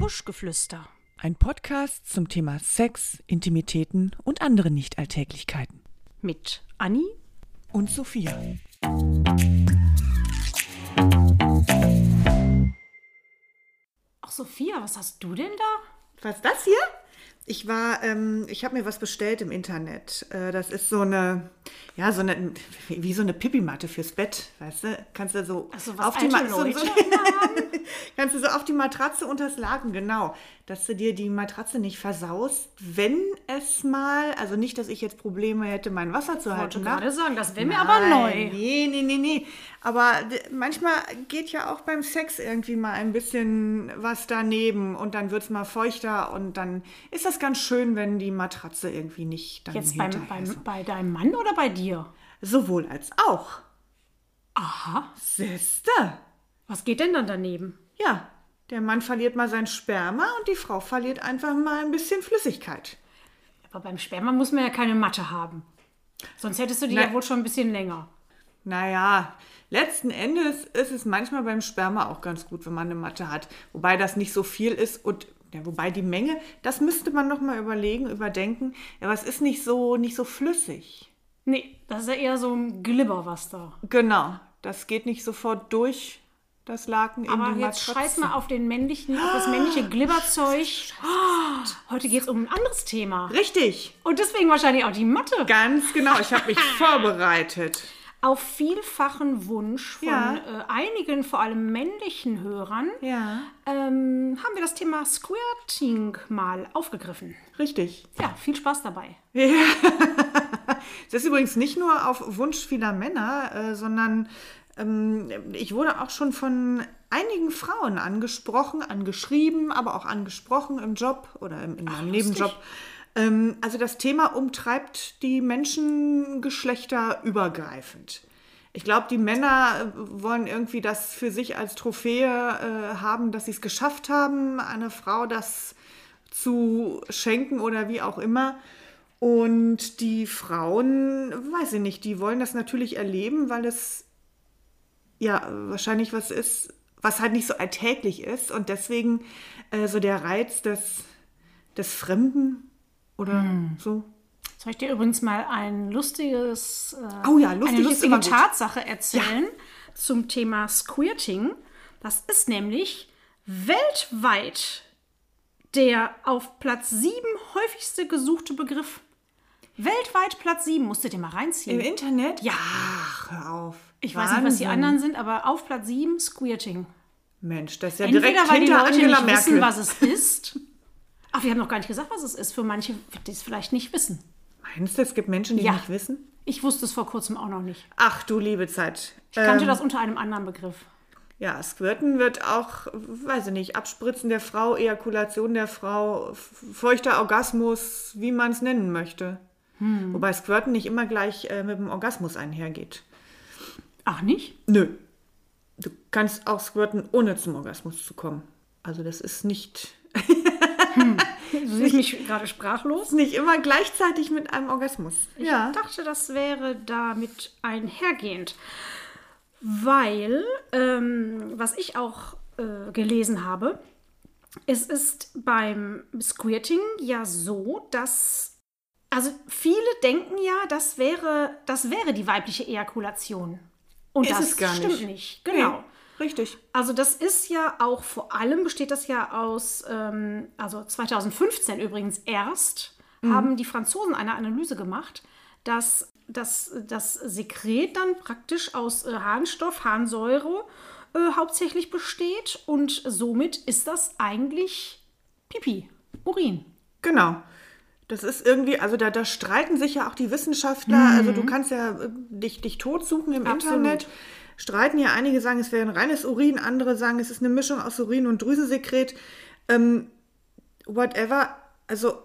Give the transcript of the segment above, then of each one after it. Sexgeflüster. Ein Podcast zum Thema Sex, Intimitäten und andere Nichtalltäglichkeiten. Mit Anni Und Sophia. Ach, Sophia, was hast du denn da? Was ist das hier? Ich war, ähm, ich habe mir was bestellt im Internet. Äh, das ist so eine, ja, so eine, wie so eine Pipi-Matte fürs Bett, weißt du? Kannst du so, Ach so, was auf die alte Ma- so, Leute so, kannst du so auf die Matratze unters Laken, genau. Dass du dir die Matratze nicht versaust, wenn es mal, also nicht, dass ich jetzt Probleme hätte, mein Wasser zu Ich wollte halten. ne? gerade sagen, das wäre mir aber neu. Nein, Nee, nee, nee, nee. Aber d- manchmal geht ja auch beim Sex irgendwie mal ein bisschen was daneben und dann wird es mal feuchter und dann ist das ganz schön, wenn die Matratze irgendwie nicht dann Jetzt beim, hinterher beim, so- bei deinem Mann oder bei dir? Sowohl als auch. Aha. Siehste. Was geht denn dann daneben? Ja, der Mann verliert mal sein Sperma und die Frau verliert einfach mal ein bisschen Flüssigkeit. Aber beim Sperma muss man ja keine Matte haben. Sonst hättest du die ja Nein. wohl schon ein bisschen länger. Naja, letzten Endes ist es manchmal beim Sperma auch ganz gut, wenn man eine Matte hat. Wobei das nicht so viel ist und ja, wobei die Menge, das müsste man nochmal überlegen, überdenken. Aber es ist nicht so, nicht so flüssig. Nee, das ist ja eher so ein Glibber, was da. Genau, das geht nicht sofort durch das Laken in Aber die Ah, jetzt scheiß Matratze. mal auf den männlichen, auf das männliche Glibberzeug. Heute geht es um ein anderes Thema. Richtig, Und deswegen wahrscheinlich auch die Matte. ganz genau. Ich habe mich vorbereitet. auf vielfachen Wunsch von Ja. äh, einigen, vor allem männlichen Hörern, Ja, ähm, haben wir das Thema Squirting mal aufgegriffen. richtig. Ja, viel Spaß dabei. Das ist übrigens nicht nur auf Wunsch vieler Männer, äh, sondern ähm, ich wurde auch schon von einigen Frauen angesprochen, angeschrieben, aber auch angesprochen im Job oder im, in meinem Nebenjob. Ähm, also das Thema umtreibt die Menschen geschlechterübergreifend. Ich glaube, die Männer äh, wollen irgendwie das für sich als Trophäe äh, haben, dass sie es geschafft haben, einer Frau das zu schenken oder wie auch immer. Und die Frauen, weiß ich nicht, die wollen das natürlich erleben, weil es ja wahrscheinlich was ist, was halt nicht so alltäglich ist. Und deswegen äh, so der Reiz des, des Fremden oder Hm. so. Soll ich dir übrigens mal ein lustiges, äh, Oh ja, lustig eine ist lustige immer gut. Tatsache erzählen zum Thema Squirting? Das ist nämlich weltweit der auf Platz 7 häufigste gesuchte Begriff. Weltweit Platz 7, musst du dir mal reinziehen. Im Internet? Ja. Ach, hör auf. Ich weiß nicht, was die Äh, Wahnsinn. anderen sind, aber auf Platz 7 Squirting. Mensch, das ist ja Entweder direkt weil die hinter Leute Angela nicht Merkel. wissen, was es ist. Ach, wir haben noch gar nicht gesagt, was es ist. Für manche, die es vielleicht nicht wissen. Meinst du, es gibt Menschen, die Ja. nicht wissen? Ich wusste es vor kurzem auch noch nicht. Ach du liebe Zeit. Ähm, Ich kannte das unter einem anderen Begriff. Ja, Squirten wird auch, weiß ich nicht, Abspritzen der Frau, Ejakulation der Frau, f- feuchter Orgasmus, wie man es nennen möchte. Wobei Squirten nicht immer gleich äh, mit dem Orgasmus einhergeht. Ach nicht? Nö. Du kannst auch squirten, ohne zum Orgasmus zu kommen. Also das ist nicht, Du siehst mich gerade sprachlos. nicht immer gleichzeitig mit einem Orgasmus. ja. Ich dachte, das wäre damit einhergehend. Weil, ähm, was ich auch äh, gelesen habe, es ist beim Squirting ja so, dass. Also viele denken ja, das wäre, das wäre die weibliche Ejakulation. Und Ist das es gar stimmt nicht. nicht. Genau. Nee, richtig. Also das ist ja auch vor allem besteht das ja aus, ähm, also 2015 übrigens erst, Mhm. haben die Franzosen eine Analyse gemacht, dass das, das Sekret dann praktisch aus äh, Harnstoff, Harnsäure äh, hauptsächlich besteht und somit ist das eigentlich Pipi, Urin. Genau. Das ist irgendwie, also da, da streiten sich ja auch die Wissenschaftler. Also du kannst ja äh, dich, dich totsuchen im Absolut. Internet. Streiten ja einige sagen, es wäre ein reines Urin, andere sagen, es ist eine Mischung aus Urin und Drüsensekret. Ähm, whatever. Also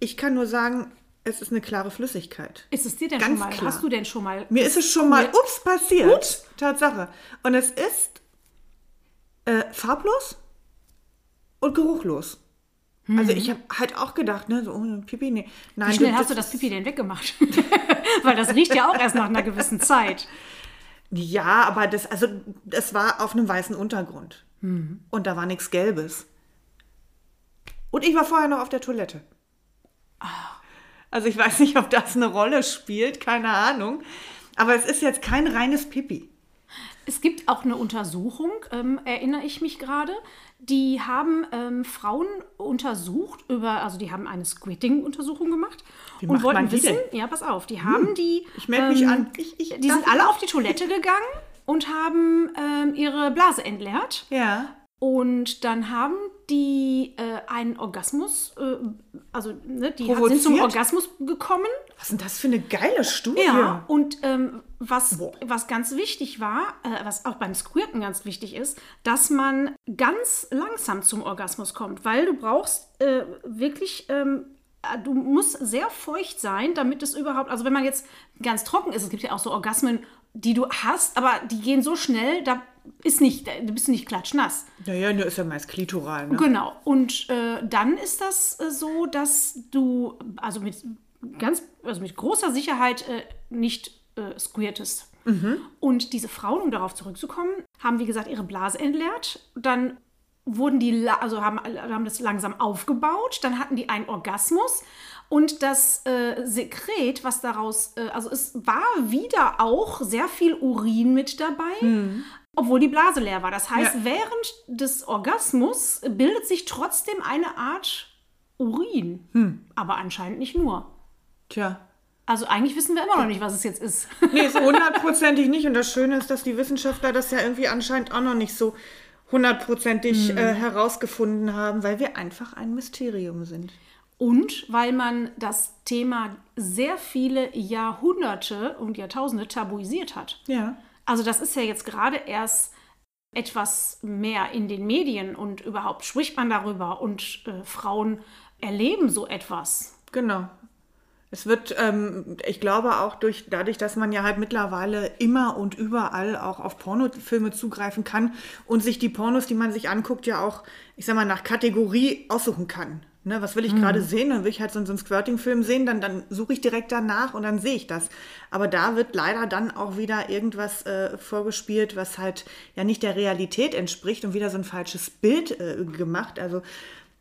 ich kann nur sagen, es ist eine klare Flüssigkeit. Ist es dir denn Ganz schon mal? klar. Hast du denn schon mal? Mir ist es schon mal, Mit- ups, passiert. Tatsache. Und es ist äh, farblos und geruchlos. Also ich habe halt auch gedacht, ne, so oh, Pipi, nee. Nein, Hm. Wie schnell hast du das Pipi denn weggemacht? Weil das riecht ja auch erst nach einer gewissen Zeit. Ja, aber das, also Hm. das war auf einem weißen Untergrund. Und da war nichts Gelbes. Und ich war vorher noch auf der Toilette. Ah. Also ich weiß nicht, ob das eine Rolle spielt, keine Ahnung. Aber es ist jetzt kein reines Pipi. Es gibt auch eine Untersuchung, ähm, erinnere ich mich gerade. Die haben ähm, Frauen untersucht über, also die haben eine Squirting-Untersuchung gemacht Wie und macht wollten man die wissen, denn? Hm, ja, pass auf, die haben die. ähm, Ich meld mich an. Ich- ich- die darf sind ich alle auch? auf die Toilette gegangen und haben ähm, ihre Blase entleert. Ja. Und dann haben die äh, einen Orgasmus, äh, also ne, die haben- sind zum Provoziert? Orgasmus gekommen Was ist denn das für eine geile Studie? ja, und ähm, was, Boah. was ganz wichtig war, äh, was auch beim Squirten ganz wichtig ist, dass man ganz langsam zum Orgasmus kommt, weil du brauchst äh, wirklich, ähm, äh, du musst sehr feucht sein, damit es überhaupt, also wenn man jetzt ganz trocken ist, es gibt ja auch so Orgasmen, die du hast, aber die gehen so schnell, da ist nicht, da bist du nicht klatschnass. Naja, nur ist ja meist klitoral. Ne? Genau. Und äh, dann ist das äh, so, dass du also mit ganz, also mit großer Sicherheit äh, nicht äh, squirtest. Und diese Frauen, um darauf zurückzukommen, haben wie gesagt ihre Blase entleert. Dann wurden die, la- also haben, haben das langsam aufgebaut. Dann hatten die einen Orgasmus. Und das äh, Sekret, was daraus, äh, also es war wieder auch sehr viel Urin mit dabei obwohl die Blase leer war. Das heißt, Ja. während des Orgasmus bildet sich trotzdem eine Art Urin. Hm. Aber anscheinend nicht nur. Tja. Also eigentlich wissen wir immer noch nicht, was es jetzt ist. Nee, ist hundertprozentig nicht. Und das Schöne ist, dass die Wissenschaftler das ja irgendwie anscheinend auch noch nicht so hundertprozentig äh, herausgefunden haben, weil wir einfach ein Mysterium sind. Und weil man das Thema sehr viele Jahrhunderte und Jahrtausende tabuisiert hat. Ja. Also das ist ja jetzt gerade erst etwas mehr in den Medien und überhaupt spricht man darüber und äh, Frauen erleben so etwas. Genau. Es wird, ähm, ich glaube auch durch, dadurch, dass man ja halt mittlerweile immer und überall auch auf Pornofilme zugreifen kann und sich die Pornos, die man sich anguckt, ja auch, ich sag mal, nach Kategorie aussuchen kann. Ne, was will ich gerade sehen? Dann will ich halt so, so einen Squirting-Film sehen, dann, dann suche ich direkt danach und dann sehe ich das. Aber da wird leider dann auch wieder irgendwas äh, vorgespielt, was halt ja nicht der Realität entspricht und wieder so ein falsches Bild äh, gemacht. Also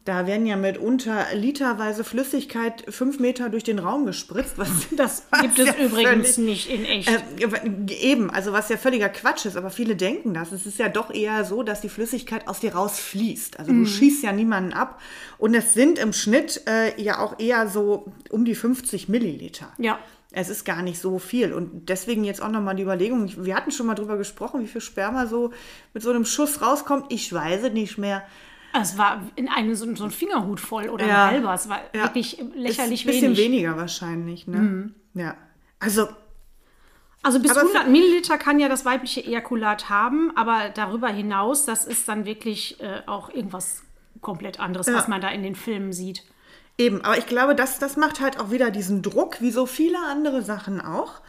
da werden ja mitunter literweise Flüssigkeit fünf Meter durch den Raum gespritzt. Was das Gibt es ja übrigens nicht völlig- in echt. Äh, eben, also was ja völliger Quatsch ist, aber viele denken das. Es ist ja doch eher so, dass die Flüssigkeit aus dir rausfließt. Also Mhm. du schießt ja niemanden ab. Und es sind im Schnitt äh, ja auch eher so um die 50 Milliliter. Ja. Es ist gar nicht so viel. Und deswegen jetzt auch nochmal die Überlegung, ich- wir hatten schon mal drüber gesprochen, wie viel Sperma so mit so einem Schuss rauskommt. Ich weiß es nicht mehr. Ah, Es war in einem so, so ein Fingerhut voll oder Ja. ein halber. Es war Ja. wirklich lächerlich ist ein bisschen wenig. Mhm. weniger wahrscheinlich, ne? Ja. Also, Also bis Aber 100 Milliliter kann ja das weibliche Ejakulat haben, aber darüber hinaus, das ist dann wirklich äh, auch irgendwas komplett anderes, was man da in den Filmen sieht. Eben, aber ich glaube, das, das macht halt auch wieder diesen Druck, wie so viele andere Sachen auch,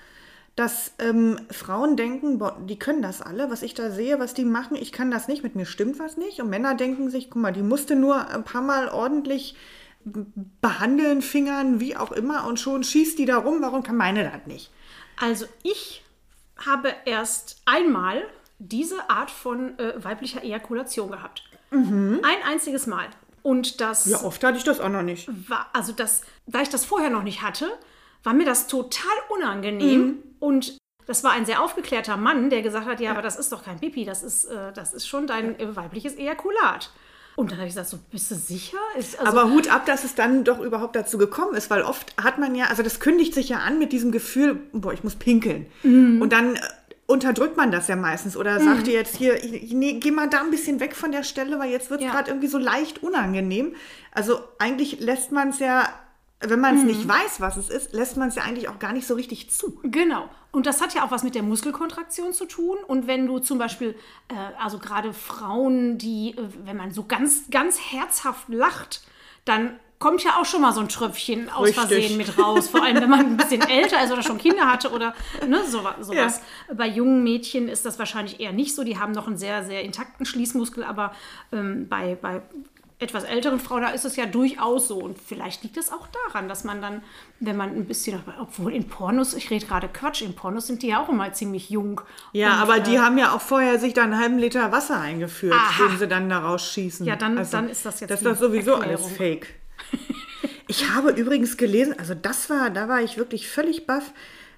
dass ähm, Frauen denken, boah, die können das alle, was ich da sehe, was die machen, ich kann das nicht, mit mir stimmt was nicht. Und Männer denken sich, guck mal, die musste nur ein paar Mal ordentlich behandeln, fingern, wie auch immer, und schon schießt die da rum, warum kann meine das nicht? Also ich habe erst einmal diese Art von äh, weiblicher Ejakulation gehabt. Ein einziges Mal. Und das Ja, oft hatte ich das auch noch nicht. war, also das, da ich das vorher noch nicht hatte, war mir das total unangenehm und das war ein sehr aufgeklärter Mann, der gesagt hat, ja, aber das ist doch kein Pipi, das ist, äh, das ist schon dein äh, weibliches Ejakulat. Und dann habe ich gesagt, so, bist du sicher? Ist, also, Aber Hut ab, dass es dann doch überhaupt dazu gekommen ist, weil oft hat man ja, also das kündigt sich ja an mit diesem Gefühl, boah, ich muss pinkeln. Mhm. Und dann äh, unterdrückt man das ja meistens oder sagt dir jetzt hier, ich- ich- nee, geh mal da ein bisschen weg von der Stelle, weil jetzt wird es Ja. gerade irgendwie so leicht unangenehm. Also eigentlich lässt man es ja, wenn man es Mhm. nicht weiß, was es ist, lässt man es ja eigentlich auch gar nicht so richtig zu. Genau. Und das hat ja auch was mit der Muskelkontraktion zu tun. Und wenn du zum Beispiel, äh, also gerade Frauen, die, äh, wenn man so ganz, ganz herzhaft lacht, dann kommt ja auch schon mal so ein Tröpfchen aus Richtig. Versehen mit raus. Vor allem, wenn man ein bisschen älter ist oder schon Kinder hatte oder ne, so, sowas. Bei jungen Mädchen ist das wahrscheinlich eher nicht so. Die haben noch einen sehr, sehr intakten Schließmuskel, aber ähm, bei, bei etwas älteren Frau, da ist es ja durchaus so. Und vielleicht liegt es auch daran, dass man dann, wenn man ein bisschen, obwohl in Pornos, ich rede gerade Quatsch, in Pornos sind die ja auch immer ziemlich jung. Ja, Und, aber äh, die haben ja auch vorher sich da einen halben Liter Wasser eingeführt, Aha. den sie dann da rausschießen. Also, Ja, dann- dann ist das jetzt Das eine war sowieso alles Erklärung. fake. Ich habe übrigens gelesen, also das war, da war ich wirklich völlig baff,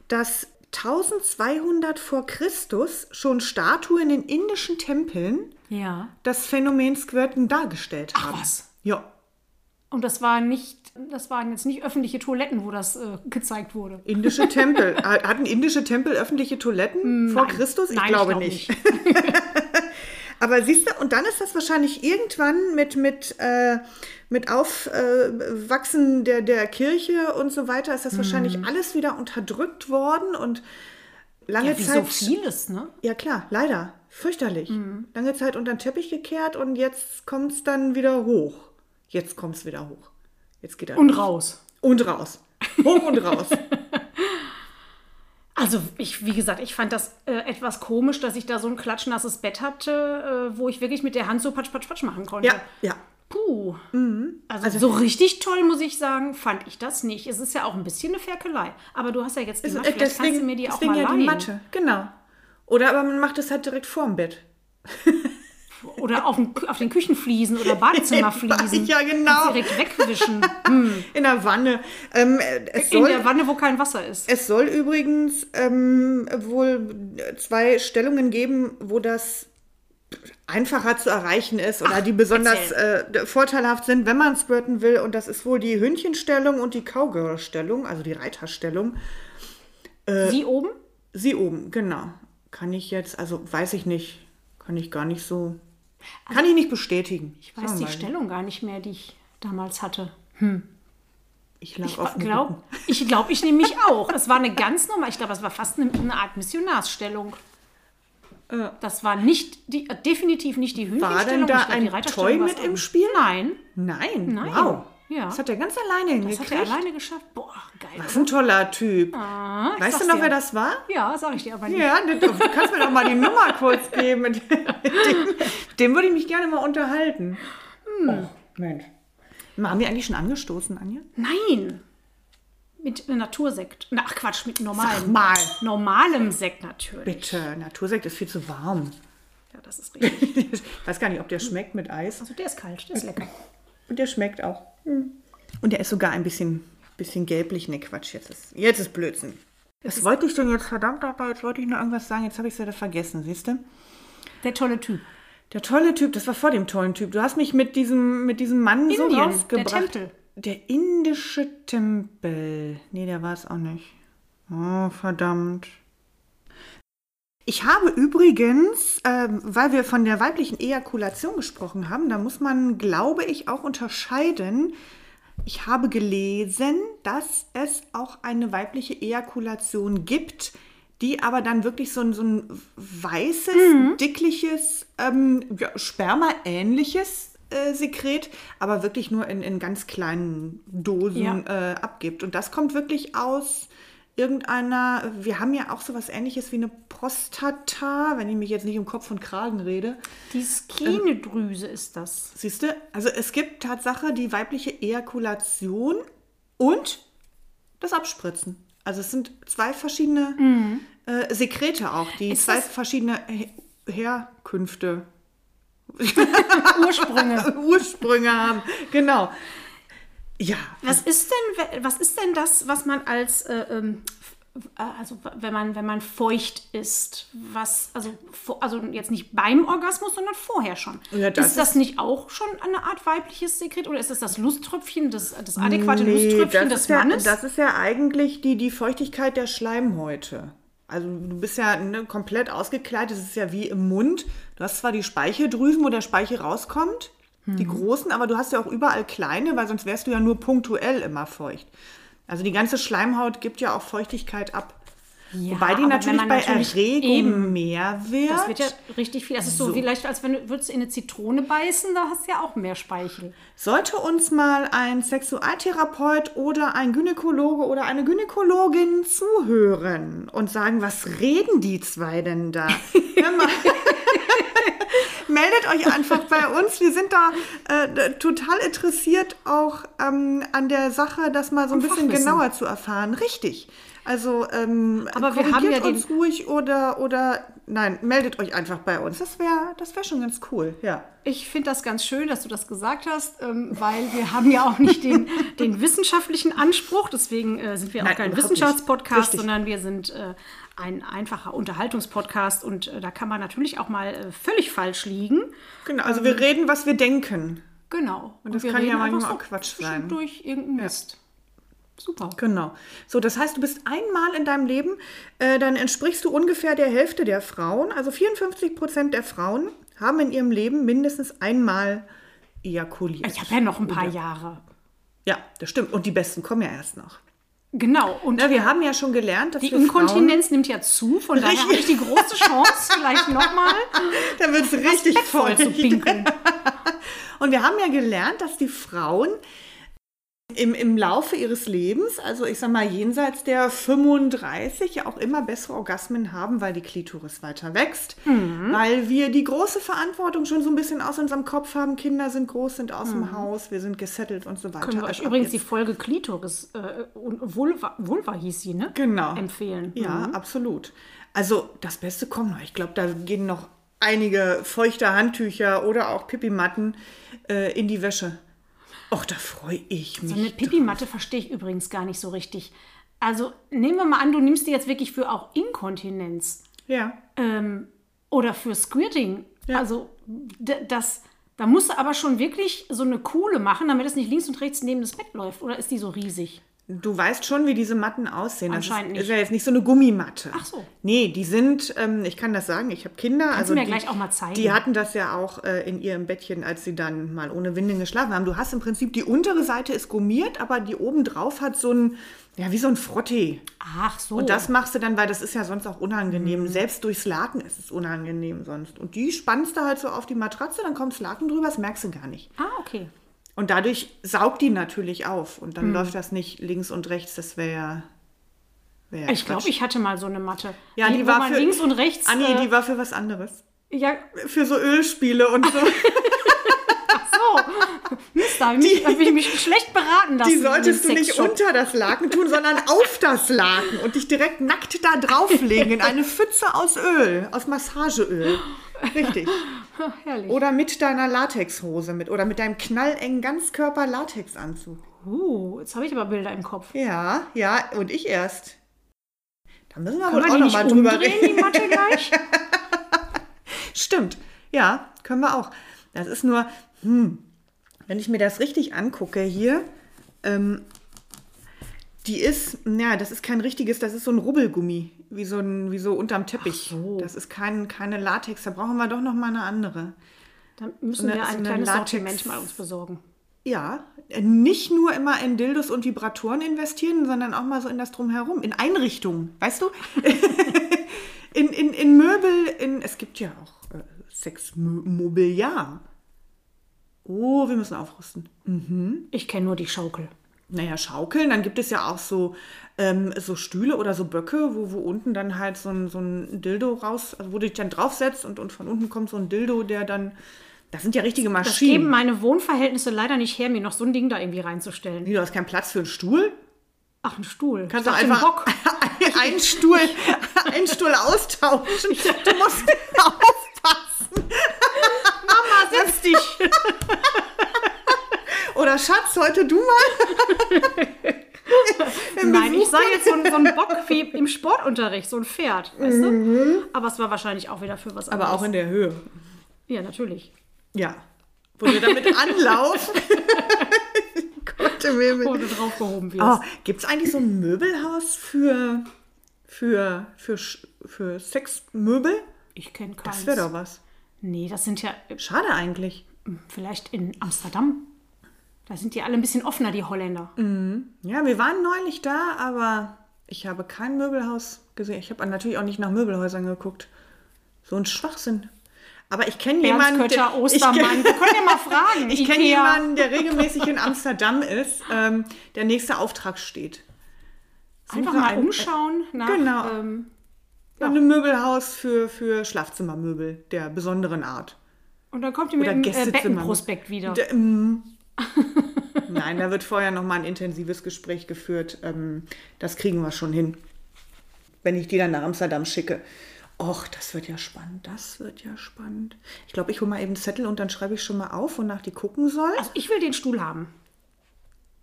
dass 1200 vor Christus schon Statuen in indischen Tempeln Ja. das Phänomen Squirten dargestellt haben. was? Ja, Und das war nicht, das waren jetzt nicht öffentliche Toiletten, wo das äh, gezeigt wurde. indische Tempel. Äh, Hatten indische Tempel öffentliche Toiletten vor Christus? Ich Hm, Nein, glaube glaub nicht. Aber siehst du, und dann ist das wahrscheinlich irgendwann mit, mit, äh, mit Aufwachsen äh, Wachsen der, der Kirche und so weiter, Mhm. ist das wahrscheinlich alles wieder unterdrückt worden und lange Ja, wie so Zeit. vieles, ne? ja, klar, leider. Fürchterlich. Mhm. Lange Zeit unter den Teppich gekehrt und jetzt kommt es dann wieder hoch. Jetzt kommt es wieder hoch. Jetzt geht er Und raus. und raus. Hoch und raus. Also ich, wie gesagt, ich fand das äh, etwas komisch, dass ich da so ein klatschnasses Bett hatte, äh, wo ich wirklich mit der Hand so patsch, patsch, patsch machen konnte. Ja, Mhm. ja. Äh, Puh. Also, so richtig toll, muss ich sagen, fand ich das nicht. Es ist ja auch ein bisschen eine Ferkelei. Aber du hast ja jetzt die Matte, Äh, vielleicht kannst du mir die auch deswegen mal ja leihen. die Matte, genau. Oder aber man macht es halt direkt vorm Bett. Oder auf, dem, auf den Küchenfliesen oder Badezimmerfliesen. Ja, genau. Direkt wegwischen. In der Wanne. Ähm, äh, es, In soll, der Wanne, wo kein Wasser ist. es soll übrigens ähm, wohl äh, zwei Stellungen geben, wo das einfacher zu erreichen ist oder die besonders äh, vorteilhaft sind, wenn man squirten will. Und das ist wohl die Hündchenstellung und die Cowgirl-Stellung, also die Reiterstellung. Äh, Sie oben? Sie oben, genau. Kann ich jetzt, also weiß ich nicht, kann ich gar nicht so, kann ich nicht bestätigen. Also Ich weiß die Sagen wir mal. Stellung gar nicht mehr, die ich damals hatte. Ich lag Ich auf dem Rücken. glaube, ich, Ah, glaub, ich nehme mich auch. Es war eine ganz normale, ich glaube, es war fast eine, eine Art Missionarsstellung. Das war nicht die, äh, definitiv nicht die Hühnchenstellung. Äh. War denn da ich glaub, die ein Reiterstellung Toy war mit es im auch. Spiel? Nein, Nein. Nein. Wow. Ja. Das hat er ganz alleine das hingekriegt. hat er alleine geschafft. Boah, geil. Was ein toller Typ. weißt du Ah, sag's noch, dir. wer das war? Ja, sag ich dir aber nicht. Ja, du du kannst mir doch mal die Nummer kurz geben. Mit dem, dem würde ich mich gerne mal unterhalten. Hm. Oh, Mensch. Haben wir eigentlich schon angestoßen, Anja? Nein. Mit Natursekt. Na, Ach Quatsch, mit Ach normalem. mal. Normalem Sekt natürlich. Bitte, Natursekt ist viel zu warm. Ja, das ist richtig. Ich weiß gar nicht, ob der schmeckt mit Eis. Also der ist kalt, der ist lecker. Und der schmeckt auch. Hm. Und der ist sogar ein bisschen, bisschen gelblich. Ne, Quatsch, jetzt ist, jetzt ist Blödsinn. Was wollte ich denn jetzt? Verdammt, aber jetzt wollte ich noch irgendwas sagen. Jetzt habe ich es wieder vergessen, siehst du? Der tolle Typ. Der tolle Typ, das war vor dem tollen Typ. Du hast mich mit diesem, mit diesem Mann so Indien, rausgebracht. der Tempel. Der indische Tempel. Nee, der war es auch nicht. Oh, verdammt. Ich habe übrigens, ähm, weil wir von der weiblichen Ejakulation gesprochen haben, da muss man, glaube ich, auch unterscheiden. Ich habe gelesen, dass es auch eine weibliche Ejakulation gibt, die aber dann wirklich so ein, so ein weißes, dickliches, ähm, ja, spermaähnliches äh, Sekret, aber wirklich nur in, in ganz kleinen Dosen äh, abgibt. Und das kommt wirklich aus irgendeiner, wir haben ja auch sowas ähnliches wie eine Prostata, wenn ich mich jetzt nicht im Kopf und Kragen rede. Die Skinedrüse ist das. Siehst du, also es gibt Tatsache die weibliche Ejakulation und das Abspritzen. Also es sind zwei verschiedene äh, Sekrete auch, die Mhm. Ist zwei das- verschiedene Her Herkünfte, Ursprünge. Ursprünge haben. Genau. Ja, Was ist denn, was ist denn das, was man als, äh, ähm, f- äh, also wenn man, wenn man feucht ist, was, also, vor- also jetzt nicht beim Orgasmus, sondern vorher schon. Ja, das ist das nicht auch schon eine Art weibliches Sekret oder ist es das Lusttröpfchen, das, das adäquate Nee, Lusttröpfchen das, des ist ja, Mannes? das ist ja eigentlich die, die Feuchtigkeit der Schleimhäute. Also du bist ja ne, komplett ausgekleidet, es ist ja wie im Mund. Du hast zwar die Speicheldrüsen, wo der Speichel rauskommt, die Hm. großen, aber du hast ja auch überall kleine, weil sonst wärst du ja nur punktuell immer feucht. Also die ganze Schleimhaut gibt ja auch Feuchtigkeit ab. Ja, Wobei die aber wenn natürlich man bei natürlich Erregung eben- mehr wird. das wird ja richtig viel. Das ist so, wie leicht, als wenn du würdest in eine Zitrone beißen, da hast du ja auch mehr Speichel. Sollte uns mal ein Sexualtherapeut oder ein Gynäkologe oder eine Gynäkologin zuhören und sagen, was reden die zwei denn da? Hör mal. meldet euch einfach bei uns. Wir sind da äh, total interessiert auch ähm, an der Sache, das mal so ein Am bisschen Fachwissen. genauer zu erfahren. Richtig. Also ähm, Aber wir haben korrigiert ja den- uns ruhig oder, oder nein, meldet euch einfach bei uns. Das wäre das wär schon ganz cool, ja. Ich finde das ganz schön, dass du das gesagt hast, ähm, weil wir haben ja auch nicht den, den wissenschaftlichen Anspruch. Deswegen äh, sind wir auch Nein, kein überhaupt Wissenschaftspodcast, nicht. Richtig. sondern wir sind äh, ein einfacher Unterhaltungspodcast. Und äh, da kann man natürlich auch mal äh, völlig falsch liegen. Genau, also Ähm. wir reden, was wir denken. Genau. Und das wir kann ja reden einfach manchmal auch Quatsch sein. Durch irgendeinen Mist. Super. Genau. So, das heißt, du bist einmal in deinem Leben, äh, dann entsprichst du ungefähr der Hälfte der Frauen. Also 54 Prozent der Frauen haben in ihrem Leben mindestens einmal ejakuliert. Ich habe Ah, ja noch ein paar Jahre. Ja, das stimmt. Und die Besten kommen ja erst noch. Genau. Und Na, wir haben ja schon gelernt, dass die wir Frauen, Inkontinenz nimmt ja zu. Von daher habe ich die große Chance, vielleicht nochmal da wird es richtig voll. voll zu pinkeln. Und wir haben ja gelernt, dass die Frauen im, im Laufe ihres Lebens, also ich sag mal jenseits der 35, ja auch immer bessere Orgasmen haben, weil die Klitoris weiter wächst, Mhm. weil wir die große Verantwortung schon so ein bisschen aus unserem Kopf haben. Kinder sind groß, sind aus dem Haus, wir sind gesettelt und so weiter. Mhm. Können Also wir Als euch ob Äh, übrigens jetzt- die Folge Klitoris äh, und Vulva, Vulva hieß sie, ne? Genau. Empfehlen. Ja, absolut. Also das Beste kommt noch. Ich glaube, da gehen noch einige feuchte Handtücher oder auch Pipimatten äh, in die Wäsche. Och, da freue ich mich. So eine Pipi-Matte verstehe ich übrigens gar nicht so richtig. Also nehmen wir mal an, du nimmst die jetzt wirklich für auch Inkontinenz ähm, ja. oder für Squirting. Also d- das, da musst du aber schon wirklich so eine Kuhle machen, damit es nicht links und rechts neben das Bett läuft. Oder ist die so riesig? Du weißt schon, wie diese Matten aussehen. Anscheinend das nicht. ist, ist ja jetzt nicht so eine Gummimatte. Ach so. Nee, die sind, ähm, ich kann das sagen, ich habe Kinder. also du mir die, gleich auch mal zeigen? Die hatten das ja auch äh, in ihrem Bettchen, als sie dann mal ohne Windeln geschlafen haben. Du hast im Prinzip, die untere Seite ist gummiert, aber die oben drauf hat so ein, ja, wie so ein Frottee. Ach so. Und das machst du dann, weil das ist ja sonst auch Mhm. unangenehm. Selbst durchs Laken ist es unangenehm sonst. Und die spannst du halt so auf die Matratze, dann kommt das Laken drüber, das merkst du gar nicht. ah, okay. Und dadurch saugt die natürlich auf. Und Hm. dann läuft das nicht links und rechts, das wäre ja. wär ja Ich glaube, Quatsch. ich hatte mal so eine Matte. Ja, die wo war man für- links und rechts. Anni, äh, die war für was anderes. ja, Für so Ölspiele und so. so. Mist, da habe ich, mich- hab ich mich schlecht beraten lassen. Die in dem solltest du nicht Sexshop. unter das Laken tun, sondern auf das Laken und dich direkt nackt da drauflegen in eine Pfütze aus Öl, aus Massageöl. Richtig. Herrlich. Oder mit deiner Latexhose mit oder mit deinem knallengen Ganzkörper-Latexanzug. Uh, jetzt habe ich aber Bilder im Kopf. Ja, ja, und ich erst. Da müssen wir Können wohl wir auch die nochmal nicht drüber umdrehen, reden. die Matte gleich? Stimmt. Ja, können wir auch. Das ist nur, hm, wenn ich mir das richtig angucke hier, ähm, die ist, ja, das ist kein richtiges, das ist so ein Rubbelgummi, wie so, ein, wie so unterm Teppich. Das ist kein, keine Latex, da brauchen wir doch noch mal eine andere. Dann müssen eine- wir so ein eine kleines Latex- Sortiment mal uns besorgen. Ja, nicht nur immer in Dildos und Vibratoren investieren, sondern auch mal so in das Drumherum, in Einrichtungen, weißt du? in, in, in Möbel, in, es gibt ja auch äh, Sexmobiliar. Oh, wir müssen aufrüsten. Ich kenne nur die Schaukel. Naja, schaukeln, dann gibt es ja auch so, ähm, so Stühle oder so Böcke, wo, wo unten dann halt so ein, so ein Dildo raus, also wo du dich dann draufsetzt und, und von unten kommt so ein Dildo, der dann, das sind ja richtige Das geben Maschinen. meine Wohnverhältnisse leider nicht her, mir noch so ein Ding da irgendwie reinzustellen. Nee, Du hast keinen Platz für einen Stuhl? Ach, ein Stuhl. Kannst Ich dachte, du ein einfach Bock. einen Stuhl, einen Stuhl austauschen. Du musst aufpassen. Mama, setz dich! Oder Schatz, heute du mal. Nein, ich sah jetzt so, ein- so einen Bock wie im Sportunterricht, so ein Pferd, weißt Mhm. du? Aber es war wahrscheinlich auch wieder für was anderes. in der Höhe. Ja, natürlich. Ja. Wo du damit anlaufst. Gott im Wo Himmel. du draufgehoben wirst. Oh, Gibt es eigentlich so ein Möbelhaus für, für, für, Sch- für Sexmöbel? Ich kenne keins. Das wäre doch was. Nee, das sind ja äh, Schade eigentlich. vielleicht in Amsterdam. Da sind die alle ein bisschen offener, die Holländer. Ja, wir waren neulich da, aber ich habe kein Möbelhaus gesehen. Ich habe natürlich auch nicht nach Möbelhäusern geguckt. So ein Schwachsinn. Aber ich kenne jemanden, Bernskötter, ich kenn- Ostermann. Wir können ja mal fragen. ich kenne Ikea. jemanden, der regelmäßig in Amsterdam ist, ähm, der nächste Auftrag steht. Einfach Suche mal ein- umschauen nach. Genau. Ähm, Ein Möbelhaus für, für Schlafzimmermöbel der besonderen Art. Und dann kommt ihr mit Oder dem äh, Gästezimmer. Beckenprospekt wieder. D- ähm. Nein, da wird vorher nochmal ein intensives Gespräch geführt. Ähm, das kriegen wir schon hin, wenn ich die dann nach Amsterdam schicke. Och, das wird ja spannend, das wird ja spannend. Ich glaube, ich hole mal eben einen Zettel und dann schreibe ich schon mal auf, wonach die gucken soll. Also ich will den Stuhl haben.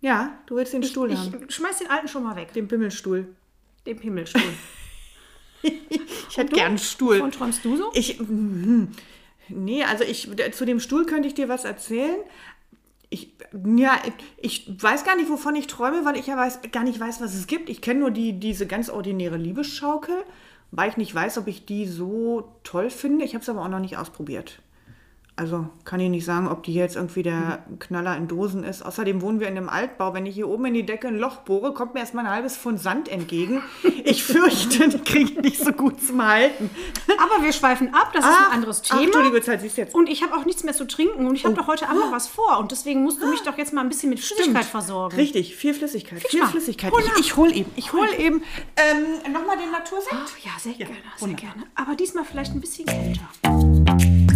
Ja, du willst den Stuhl haben. Ich schmeiß den alten schon mal weg. Den Bimmelstuhl. Den Pimmelstuhl. Ich hätte gern einen Stuhl. Wovon träumst du so? Ich, mhm. nee, also ich, d- zu dem Stuhl könnte ich dir was erzählen. Ich, ja, ich weiß gar nicht, wovon ich träume, weil ich ja weiß, gar nicht weiß, was es gibt. Ich kenne nur die, diese ganz ordinäre Liebesschaukel, weil ich nicht weiß, ob ich die so toll finde. Ich habe es aber auch noch nicht ausprobiert. Also kann ich nicht sagen, ob die jetzt irgendwie der Knaller in Dosen ist. Außerdem wohnen wir in einem Altbau. Wenn ich hier oben in die Decke ein Loch bohre, kommt mir erstmal ein halbes Pfund Sand entgegen. Ich fürchte, die kriege ich nicht so gut zum Halten. Aber wir schweifen ab, das ist ein anderes Ach, Oh. du Thema. liebe Zeit, siehst du jetzt. und ich habe auch nichts mehr zu trinken und ich habe doch heute Abend noch was vor und deswegen musst du mich doch jetzt mal ein bisschen mit Flüssigkeit versorgen. Ah. Richtig, viel Flüssigkeit. Viel, Spaß. Flüssigkeit. Hol nach. Ich, ich hole eben. Ich hole eben. Ähm, Nochmal den Natursekt. Ja, sehr gerne, sehr gerne. Aber diesmal vielleicht ein bisschen kälter. Wunderbar.